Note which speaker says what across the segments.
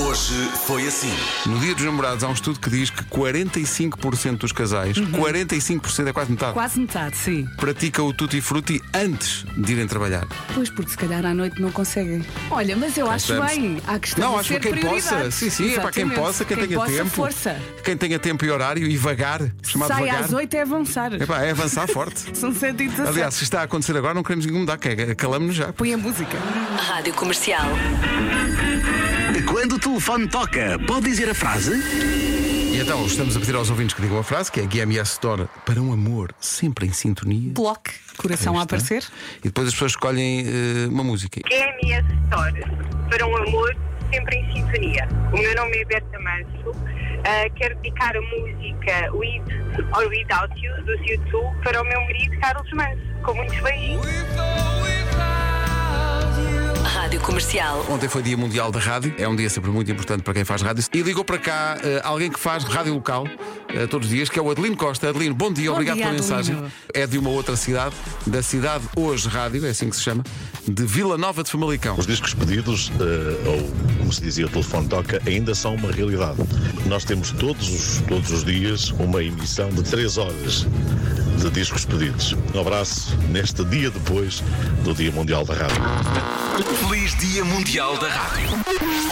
Speaker 1: Hoje foi assim.
Speaker 2: No dia dos namorados há um estudo que diz que 45% dos casais,
Speaker 3: Uhum.
Speaker 2: 45% é quase metade,
Speaker 3: Quase metade, sim.
Speaker 2: pratica o tutti frutti antes de irem trabalhar.
Speaker 3: Pois, porque se calhar à noite não conseguem. Olha, mas eu acho
Speaker 2: Estamos-
Speaker 3: bem. Há questão
Speaker 2: Não,
Speaker 3: de
Speaker 2: acho
Speaker 3: ser
Speaker 2: que quem
Speaker 3: prioridades.
Speaker 2: possa, sim, sim, é para quem
Speaker 3: Exatamente.
Speaker 2: possa, quem, tenha
Speaker 3: possa,
Speaker 2: tempo,
Speaker 3: força.
Speaker 2: quem tenha tempo e horário e vagar, chamado
Speaker 3: Sai
Speaker 2: vagar.
Speaker 3: às oito é avançar.
Speaker 2: Epá, é avançar forte.
Speaker 3: São 117.
Speaker 2: Aliás, se está a acontecer agora, não queremos incomodar, que é- calamos-nos já.
Speaker 3: Põe a música.
Speaker 4: Rádio Comercial.
Speaker 5: Quando o telefone toca, pode dizer a frase?
Speaker 2: E então, estamos a pedir aos ouvintes que digam a frase, que é GMS Store para um amor sempre em sintonia.
Speaker 3: Block. Coração
Speaker 2: Aí
Speaker 3: a
Speaker 2: está.
Speaker 3: aparecer.
Speaker 2: E depois as pessoas escolhem eh, uma música.
Speaker 6: GMS Store, para um amor sempre em sintonia. O meu nome é Berta Manso, ah, quero dedicar a música With or Without You, do YouTube, para o meu marido Carlos Manso, com muitos beijinhos.
Speaker 4: Rádio Comercial.
Speaker 2: Ontem foi Dia Mundial da Rádio, é um dia sempre muito importante para quem faz rádio. E ligou para cá eh, alguém que faz rádio local eh, todos os dias, que é o Adelino Costa. Adelino, bom dia,
Speaker 3: Bom
Speaker 2: obrigado
Speaker 3: dia,
Speaker 2: pela
Speaker 3: Adelino.
Speaker 2: mensagem. É de uma outra cidade, da cidade Hoje Rádio, é assim que se chama, de Vila Nova de Famalicão.
Speaker 7: Os discos pedidos, eh, ou como se dizia, o telefone toca, ainda são uma realidade. Nós temos todos os, todos os dias uma emissão de 3 horas de discos pedidos. Um abraço neste dia depois do Dia Mundial da Rádio.
Speaker 1: Feliz Dia Mundial da Rádio.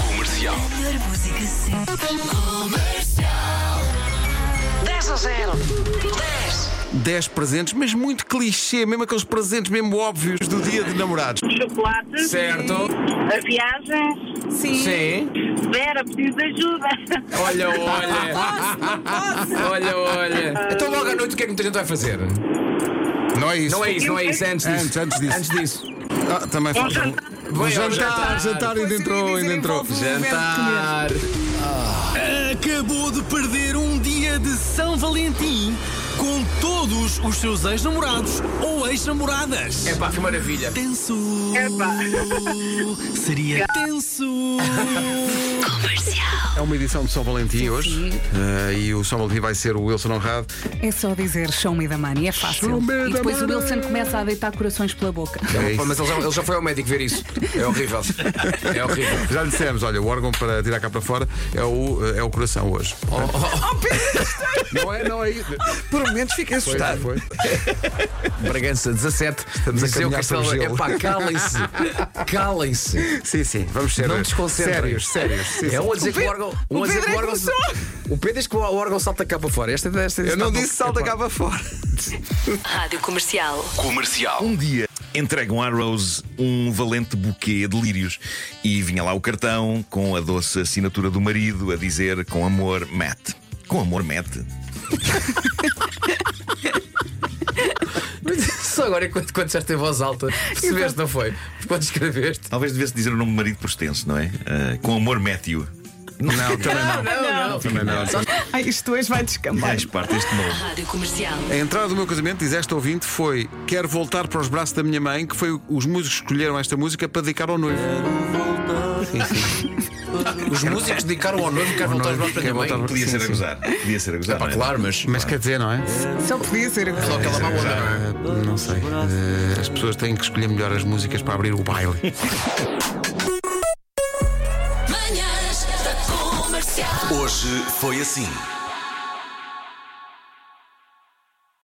Speaker 1: Comercial.
Speaker 4: 10 a 0.
Speaker 2: 10 presentes, mas muito clichê, mesmo aqueles presentes mesmo óbvios do Dia de Namorados.
Speaker 6: Chocolate,
Speaker 2: Certo?
Speaker 6: a viagem.
Speaker 3: Sim.
Speaker 6: Vera, preciso de ajuda.
Speaker 8: Olha, olha, olha, olha. Então logo à noite o que é que muita gente vai fazer?
Speaker 2: Não é isso.
Speaker 8: Não é isso, não é isso, é antes
Speaker 2: Antes,
Speaker 8: disso.
Speaker 2: antes disso.
Speaker 8: Antes disso.
Speaker 2: Ah, também faz. Bom
Speaker 8: Vai
Speaker 2: jantar,
Speaker 8: ao
Speaker 2: jantar,
Speaker 8: jantar. assim
Speaker 2: ainda entrou, ainda entrou.
Speaker 8: Jantar.
Speaker 9: Acabou de perder um dia de São Valentim com todos os seus ex-namorados ou ex-namoradas.
Speaker 8: É pá, que maravilha. É.
Speaker 9: tenso.
Speaker 6: Epá.
Speaker 9: Seria tenso.
Speaker 2: É uma edição de São Valentim hoje. eh, e o São Valentim vai ser o Wilson Honrado.
Speaker 3: É só dizer show me da money, é fácil.
Speaker 2: Show me
Speaker 3: E
Speaker 2: the
Speaker 3: depois o
Speaker 2: money.
Speaker 3: Wilson começa a deitar corações pela boca.
Speaker 2: É isso.
Speaker 8: Mas ele já, ele já foi ao médico ver isso. É horrível. É horrível.
Speaker 2: Já lhe dissemos, olha, o órgão para tirar cá para fora é o, é o coração hoje.
Speaker 8: Oh,
Speaker 2: não é, não é isso.
Speaker 8: Por momentos fiquei assustado.
Speaker 2: Foi, foi.
Speaker 8: Bragança 17. Estamos
Speaker 2: a
Speaker 8: o
Speaker 2: caminhar sobre
Speaker 8: Castelo. É
Speaker 2: gelo.
Speaker 8: pá, calem-se. Calem-se.
Speaker 2: Sim, sim, vamos ser
Speaker 8: Não desconcentrem.
Speaker 2: sérios, sérios. sim, sim.
Speaker 8: É um a dizer que o órgão. Um a dizer que o órgão. O Pedro diz que o órgão salta cá para fora. Esta, esta,
Speaker 2: Eu
Speaker 8: esta-
Speaker 2: não disse salta
Speaker 8: Epá.
Speaker 2: cá para fora.
Speaker 4: Rádio Comercial.
Speaker 1: Comercial.
Speaker 10: Um dia entregam à Rose um valente buquê de lírios e vinha lá o cartão com a doce assinatura do marido a dizer com amor Matt. Com amor Matt.
Speaker 8: Só agora, é quando, quando disseste em voz alta, percebeste, não foi? Quando escreveste.
Speaker 10: Talvez devesse dizer o nome do marido por extenso, não é? Ah, com amor Matthew. Não, também não.
Speaker 8: não.
Speaker 10: Também não.
Speaker 3: Ai, isto hoje vai descambar.
Speaker 10: Faz parte deste nome.
Speaker 4: Rádio Comercial.
Speaker 2: A entrada do meu casamento, diz esta ouvinte, foi Quero voltar para os braços da minha mãe, que foi o- os músicos que escolheram esta música para dedicar ao noivo.
Speaker 8: Os músicos dedicaram ao noivo que quer
Speaker 2: Ao
Speaker 8: voltar
Speaker 2: noivo,
Speaker 8: para
Speaker 2: quer
Speaker 8: a
Speaker 2: voltar
Speaker 8: mãe.
Speaker 10: Podia
Speaker 2: Sim,
Speaker 10: ser
Speaker 2: sim.
Speaker 10: a gozar. Podia ser a gozar. não
Speaker 8: Pá,
Speaker 10: é?
Speaker 8: claro, mas.
Speaker 2: Mas quer dizer, não é?
Speaker 3: Só podia ser.
Speaker 8: Aquela má onda, não é?
Speaker 2: Eh, não sei. Eh, as pessoas têm que escolher melhor as músicas para abrir o baile.
Speaker 4: Manhãs da Comercial.
Speaker 1: Hoje foi assim.